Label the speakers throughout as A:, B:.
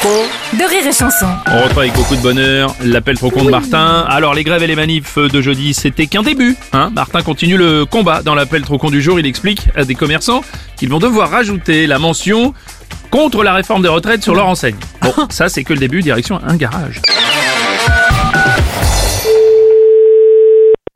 A: con
B: de rire et chanson.
C: On reprend avec beaucoup de bonheur l'appel trop con de Martin. Alors les grèves et les manifs de jeudi, c'était qu'un début. Hein Martin continue le combat. Dans l'appel trop con du jour, il explique à des commerçants qu'ils vont devoir rajouter la mention contre la réforme des retraites sur leur enseigne. Bon, ça c'est que le début, direction un garage.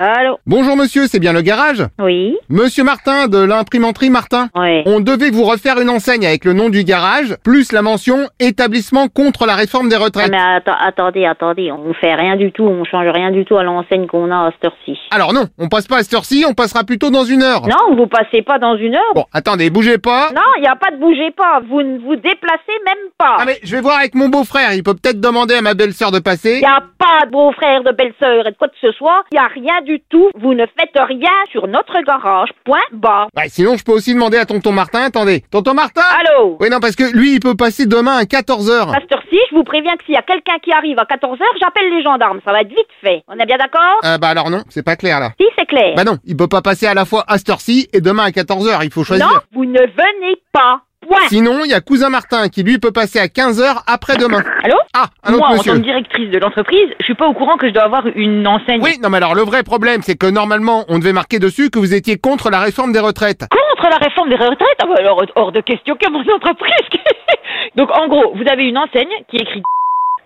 D: Allô
E: Bonjour monsieur, c'est bien le garage
D: Oui
E: Monsieur Martin de l'imprimanterie Martin.
D: Ouais.
E: On devait vous refaire une enseigne avec le nom du garage, plus la mention établissement contre la réforme des
D: Ah,
E: retraites.
D: mais atta- attendez, attendez, on fait rien du tout, on change rien du tout à l'enseigne qu'on a à cette heure-ci.
E: Alors non, on passe pas à cette heure-ci, on passera plutôt dans une heure.
D: Non, vous passez pas dans une heure.
E: Ah. Bon, attendez, bougez pas.
D: Non, il n'y a pas de bougez pas, vous ne vous déplacez même pas.
E: Ah mais je vais voir avec mon beau-frère, il peut peut-être demander à ma belle-sœur de passer.
D: Il n'y a pas de beau-frère, de belle-sœur et de quoi que ce soit. Il n'y a rien du tout. Vous ne faites rien sur notre garage. Point barre.
E: Ouais, sinon je peux aussi demander à tonton Martin, attendez. Tonton Martin
D: Allô
E: Oui non, parce que lui il peut passer demain à 14h.
D: À cette heure-ci, je vous préviens que s'il y a quelqu'un qui arrive à 14h, j'appelle les gendarmes. Ça va être vite fait. On est bien d'accord
E: Euh, bah alors non, c'est pas clair là.
D: Si, c'est clair.
E: Bah non, il peut pas passer à la fois à cette heure-ci et demain à 14h, il faut choisir.
D: non, vous ne venez pas. Point.
E: Sinon, il y a cousin Martin qui lui peut passer à 15h après-demain.
F: Allô
E: Ah, un autre
F: Moi, en tant
E: monsieur.
F: que directrice de l'entreprise, je suis pas au courant que je dois avoir une enseigne
E: Oui, non mais alors le vrai problème, c'est que normalement, on devait marquer dessus que vous étiez contre la réforme des retraites.
F: contre la réforme des retraites. Ah bah alors, hors de question que mon entreprise. Donc, en gros, vous avez une enseigne qui écrit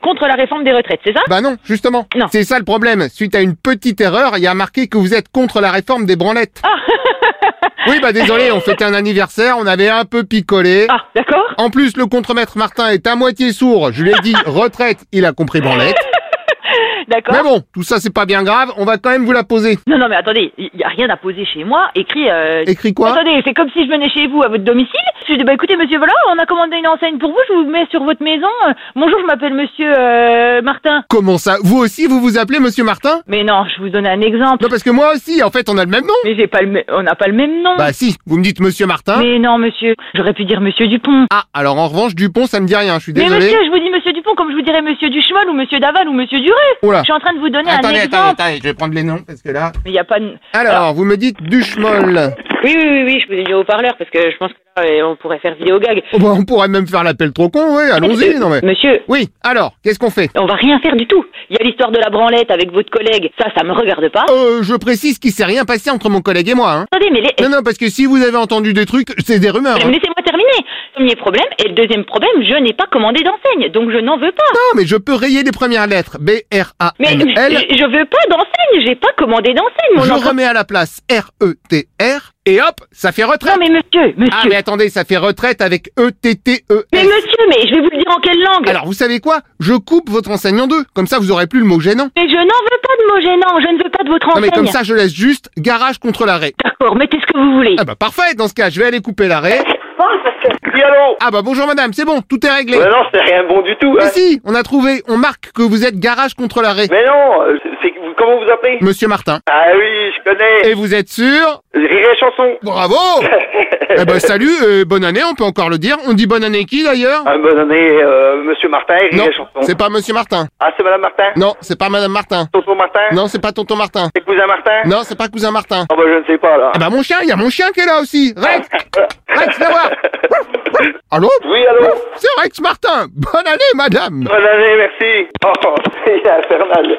F: contre la réforme des retraites, c'est ça
E: Bah non, justement.
F: Non.
E: C'est ça le problème. Suite à une petite erreur, il y a marqué que vous êtes contre la réforme des branlettes.
F: Ah.
E: oui, bah désolé, on fêtait un anniversaire, on avait un peu picolé.
F: Ah, d'accord.
E: En plus, le contremaître Martin est à moitié sourd. Je lui ai dit retraite, il a compris branlette.
F: D'accord.
E: Mais bon, tout ça c'est pas bien grave, on va quand même vous la poser.
F: Non, non, mais attendez, il y a rien à poser chez moi. Écrit. euh,
E: Écrit quoi
F: Attendez, c'est comme si je venais chez vous à votre domicile. Je dis, bah écoutez, monsieur, voilà, on a commandé une enseigne pour vous, je vous mets sur votre maison. Euh, Bonjour, je m'appelle monsieur euh, Martin.
E: Comment ça Vous aussi, vous vous appelez Monsieur Martin
F: Mais non, je vous donne un exemple.
E: Non, parce que moi aussi, en fait, on a le même nom.
F: Mais j'ai pas le, me- on n'a pas le même nom.
E: Bah si, vous me dites Monsieur Martin.
F: Mais non, monsieur, j'aurais pu dire monsieur Dupont.
E: Ah, alors en revanche, Dupont, ça me dit rien, je suis
F: Mais
E: désolé.
F: monsieur, je vous dis monsieur Dupont comme je vous dirais monsieur Duchemol ou monsieur Daval ou monsieur Duré.
E: Oula.
F: Je suis en train de vous donner
E: Oh Ah. Attendez,
F: un
E: attendez,
F: exemple.
E: attendez, je vais prendre les noms parce que là.
F: Mais il y a pas de...
E: Alors, vous me dites Duchemol.
F: Oui, oui, oui, oui, je vous ai dit au parleur parce que je pense que là, euh, on pourrait faire vidéo gag.
E: Oh, bah, on pourrait même faire l'appel trop con, ouais, allons-y, non mais.
F: Monsieur,
E: Oui, alors, qu'est-ce qu'on fait
F: on va rien faire du tout. Il y a l'histoire de la branlette avec votre collègue. Ça, ça me regarde pas.
E: Euh, je précise qu'il s'est rien passé entre mon collègue et moi, hein.
F: Attendez, mais les...
E: Non, non, parce que si vous avez entendu des trucs, c'est des rumeurs. hein.
F: Laissez-moi terminer. Premier problème, et le deuxième problème, je n'ai pas commandé d'enseigne, donc je n'en veux pas.
E: Non, mais je peux rayer les premières lettres.
F: Mais
E: B-R-A-M-L.
F: je je veux pas d'enseigne, j'ai pas commandé d'enseigne, mon
E: Je
F: enfant.
E: remets à la place R-E-T-R. Et hop, ça fait
F: Non
E: retraite.
F: mais monsieur, monsieur.
E: Ah, mais attendez, ça fait retraite avec E
F: Mais
E: E-T-T-E-S.
F: monsieur, mais je vais vous le dire en quelle langue
E: Alors, vous savez quoi Je coupe votre enseigne en deux. Comme ça, vous aurez plus le mot gênant.
F: Mais je n'en veux pas de mots gênants, je ne veux pas de votre
E: Non, mais
F: enseigne.
E: comme ça, je laisse juste garage contre l'arrêt.
F: D'accord, mettez ce que vous voulez.
E: Ah bah parfait, dans ce cas, je vais aller couper l'arrêt.
G: Oui, allô
E: Ah bah bonjour madame, c'est bon, tout est réglé.
G: Mais non, c'est rien de bon du tout, hein.
E: Mais si, on a trouvé, on marque que vous êtes garage contre l'arrêt.
G: Mais non, euh, c'est... vous- Comment vous appelez
E: Monsieur Martin.
G: Ah oui, je connais.
E: Et vous êtes sûr
G: Rire et chanson.
E: Bravo Eh bah salut, euh, bonne année, on peut encore le dire. On dit bonne année qui d'ailleurs
G: Ah, bonne année, euh, monsieur Martin, Rire
E: Non,
G: et chanson.
E: c'est pas monsieur Martin.
G: Ah, c'est madame Martin
E: Non, c'est pas madame Martin.
G: Tonton Martin
E: Non, c'est pas tonton Martin.
G: C'est cousin Martin
E: Non, c'est pas cousin Martin.
G: Ah, bah, je ne sais pas, là.
E: Ah bah mon chien, il y a mon chien qui est là aussi. Rex Rex, viens voir Allô
G: Oui, allô
E: C'est Rex Martin Bonne année madame
G: Bonne année, merci. Oh, c'est infernal.